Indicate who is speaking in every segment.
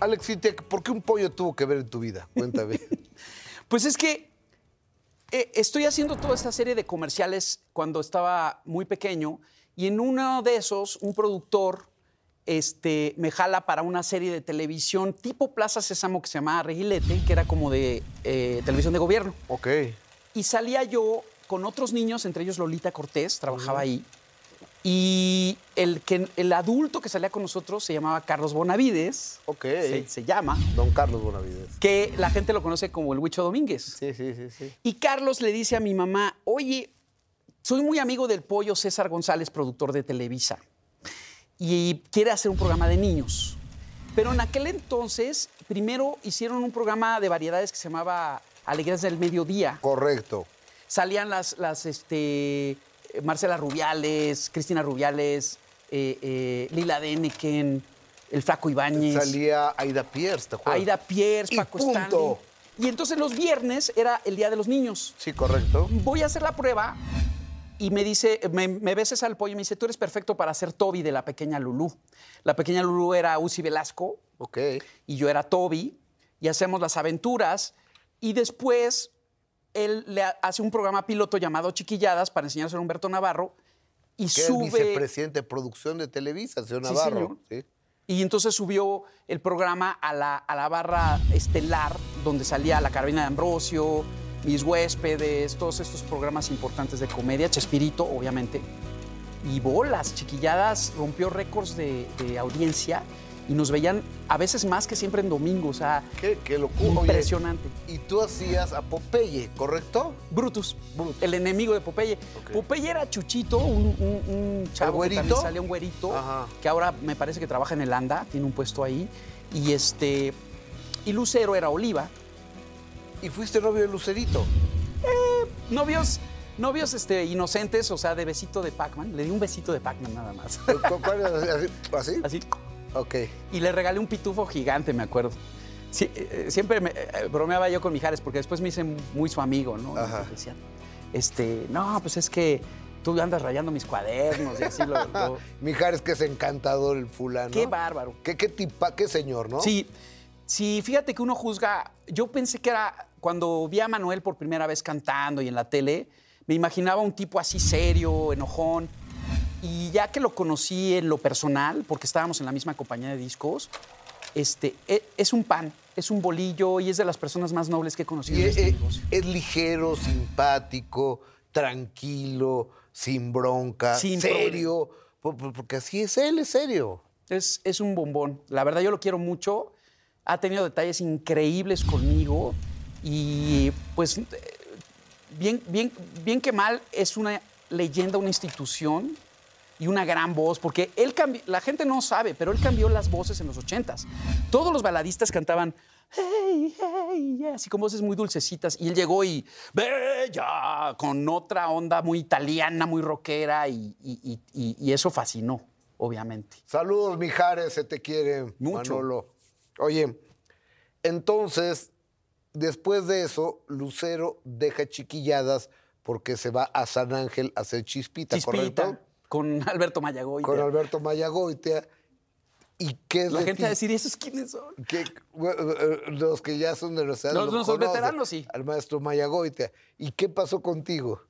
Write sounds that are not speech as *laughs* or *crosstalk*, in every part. Speaker 1: Alex Fintech, ¿por qué un pollo tuvo que ver en tu vida?
Speaker 2: *laughs*
Speaker 1: Cuéntame.
Speaker 2: Pues es que eh, estoy haciendo toda esta serie de comerciales cuando estaba muy pequeño y en uno de esos un productor este, me jala para una serie de televisión tipo Plaza Sésamo que se llamaba Regilete, que era como de eh, televisión de gobierno.
Speaker 1: ok.
Speaker 2: Y salía yo con otros niños, entre ellos Lolita Cortés, trabajaba ahí. Y el, que, el adulto que salía con nosotros se llamaba Carlos Bonavides.
Speaker 1: Ok.
Speaker 2: Se, se llama.
Speaker 1: Don Carlos Bonavides.
Speaker 2: Que la gente lo conoce como el Huicho Domínguez.
Speaker 1: Sí, sí, sí, sí.
Speaker 2: Y Carlos le dice a mi mamá, oye, soy muy amigo del pollo César González, productor de Televisa, y quiere hacer un programa de niños. Pero en aquel entonces, primero hicieron un programa de variedades que se llamaba Alegrías del Mediodía.
Speaker 1: Correcto.
Speaker 2: Salían las, las este, Marcela Rubiales, Cristina Rubiales, eh, eh, Lila Deneken, el Flaco Ibáñez.
Speaker 1: Salía Aida Pierce, ¿te acuerdas?
Speaker 2: Aida Pierce,
Speaker 1: Ah. Y
Speaker 2: Paco
Speaker 1: punto.
Speaker 2: Stanley. Y entonces los viernes era el Día de los Niños
Speaker 1: Sí, correcto.
Speaker 2: voy a hacer la prueba y me dice, me, me besas al pollo y me dice, tú eres perfecto para ser Toby de la pequeña Lulú. La pequeña Lulú era Uzi Velasco
Speaker 1: Ok.
Speaker 2: y yo era Toby y hacemos las aventuras y después él le ha- hace un programa piloto llamado Chiquilladas para enseñárselo a Humberto Navarro y
Speaker 1: Que era el
Speaker 2: sube
Speaker 1: vicepresidente de producción de Televisa, señor
Speaker 2: Sí,
Speaker 1: Navarro. Sí.
Speaker 2: y entonces subió el programa a la, a la barra estelar donde salía la Carolina de Ambrosio, Mis Huéspedes, todos estos programas importantes de comedia, Chespirito, obviamente. Y bolas, chiquilladas, rompió récords de, de audiencia y nos veían a veces más que siempre en domingo, o sea,
Speaker 1: Qué, qué locura. Oye,
Speaker 2: impresionante.
Speaker 1: y tú hacías a Popeye, ¿correcto?
Speaker 2: Brutus,
Speaker 1: Brutus.
Speaker 2: el enemigo de Popeye.
Speaker 1: Ok.
Speaker 2: Popeye era Chuchito, un, un- un chavo que
Speaker 1: güerito?
Speaker 2: también salía un güerito,
Speaker 1: Ajá.
Speaker 2: que ahora me parece que trabaja en el ANDA, tiene un puesto ahí. Y este. Y Lucero era Oliva.
Speaker 1: Y fuiste novio de Lucerito.
Speaker 2: Novios, novios este, inocentes, o sea, de besito de Pac-Man. Le di un besito de Pac-Man nada más. *laughs*
Speaker 1: ¿Cu- cu- ¿Cuál era? ¿Así? ¿Así?
Speaker 2: Así.
Speaker 1: Ok.
Speaker 2: Y le regalé un pitufo gigante, me acuerdo. Sí, eh, eh, siempre me, eh, bromeaba yo con Mijares, porque después me hice muy su amigo, ¿no?
Speaker 1: Ajá.
Speaker 2: Entonces decían, este, no, pues es que tú andas rayando mis cuadernos y así lo- lo
Speaker 1: Mijares, que es encantador el fulano.
Speaker 2: Qué bárbaro.
Speaker 1: Qué, qué tipa, qué señor, ¿no?
Speaker 2: Sí, sí, fíjate que uno juzga. Yo pensé que era cuando vi a Manuel por primera vez cantando y en la tele, me imaginaba un tipo así serio, enojón. Y ya que lo conocí en lo personal, porque estábamos en la misma compañía de discos, este, e- es un pan, es un bolillo y es de las personas más nobles que he conocido
Speaker 1: Y
Speaker 2: en
Speaker 1: es,
Speaker 2: este
Speaker 1: es-
Speaker 2: negocio.
Speaker 1: eh, es ligero, simpático, tranquilo, sin bronca,
Speaker 2: Sin
Speaker 1: serio. Por- por- Porque así es él, es serio.
Speaker 2: Es, es un bombón. La verdad, yo lo quiero mucho. Ha tenido detalles increíbles conmigo. Y pues, eh, bien, bien, bien que mal, es una leyenda, una institución y una gran voz. Porque él cambió, la gente no sabe, pero él cambió las voces en los ochentas. Todos los baladistas cantaban. Hey, hey, yeah", así con voces muy dulcecitas. Y él llegó y. ¡Bella! Con otra onda muy italiana, muy rockera. y- y- y- y- y eso fascinó, obviamente.
Speaker 1: Saludos, Mijares, se te quiere,
Speaker 2: Mucho.
Speaker 1: Manolo. Oye, entonces, después de eso, Lucero deja chiquilladas porque se va a San Ángel a hacer chispita,
Speaker 2: Chispita,
Speaker 1: ¿correcto?
Speaker 2: con *laughs* Alberto Mayagoy.
Speaker 1: Con Alberto Mayagoitia. ¿Y qué es
Speaker 2: La
Speaker 1: de
Speaker 2: gente
Speaker 1: ti?
Speaker 2: va a decir, ¿y esos quiénes son?
Speaker 1: que, bueno, eh, los que ya son de nuestra edad
Speaker 2: Los-
Speaker 1: lo
Speaker 2: nuestros
Speaker 1: conocen,
Speaker 2: veteranos, sí.
Speaker 1: Al maestro Mayagoitia. ¿Y qué pasó contigo?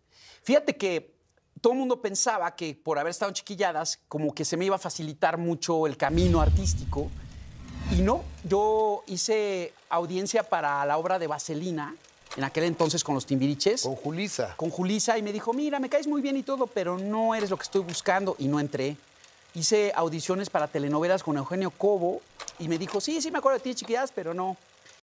Speaker 2: Fíjate que todo el mundo pensaba que por haber estado en chiquilladas, como que se me iba a facilitar mucho el camino artístico. Y no, yo hice audiencia para la obra de Vaselina, en aquel entonces con los Timbiriches.
Speaker 1: Con Julisa.
Speaker 2: con Julisa y me dijo, mira, me caes muy bien y todo, pero no eres lo que estoy buscando y no entré. Hice audiciones para telenovelas con Eugenio Cobo y me dijo, sí, sí, me acuerdo de ti, chiquillas, pero no.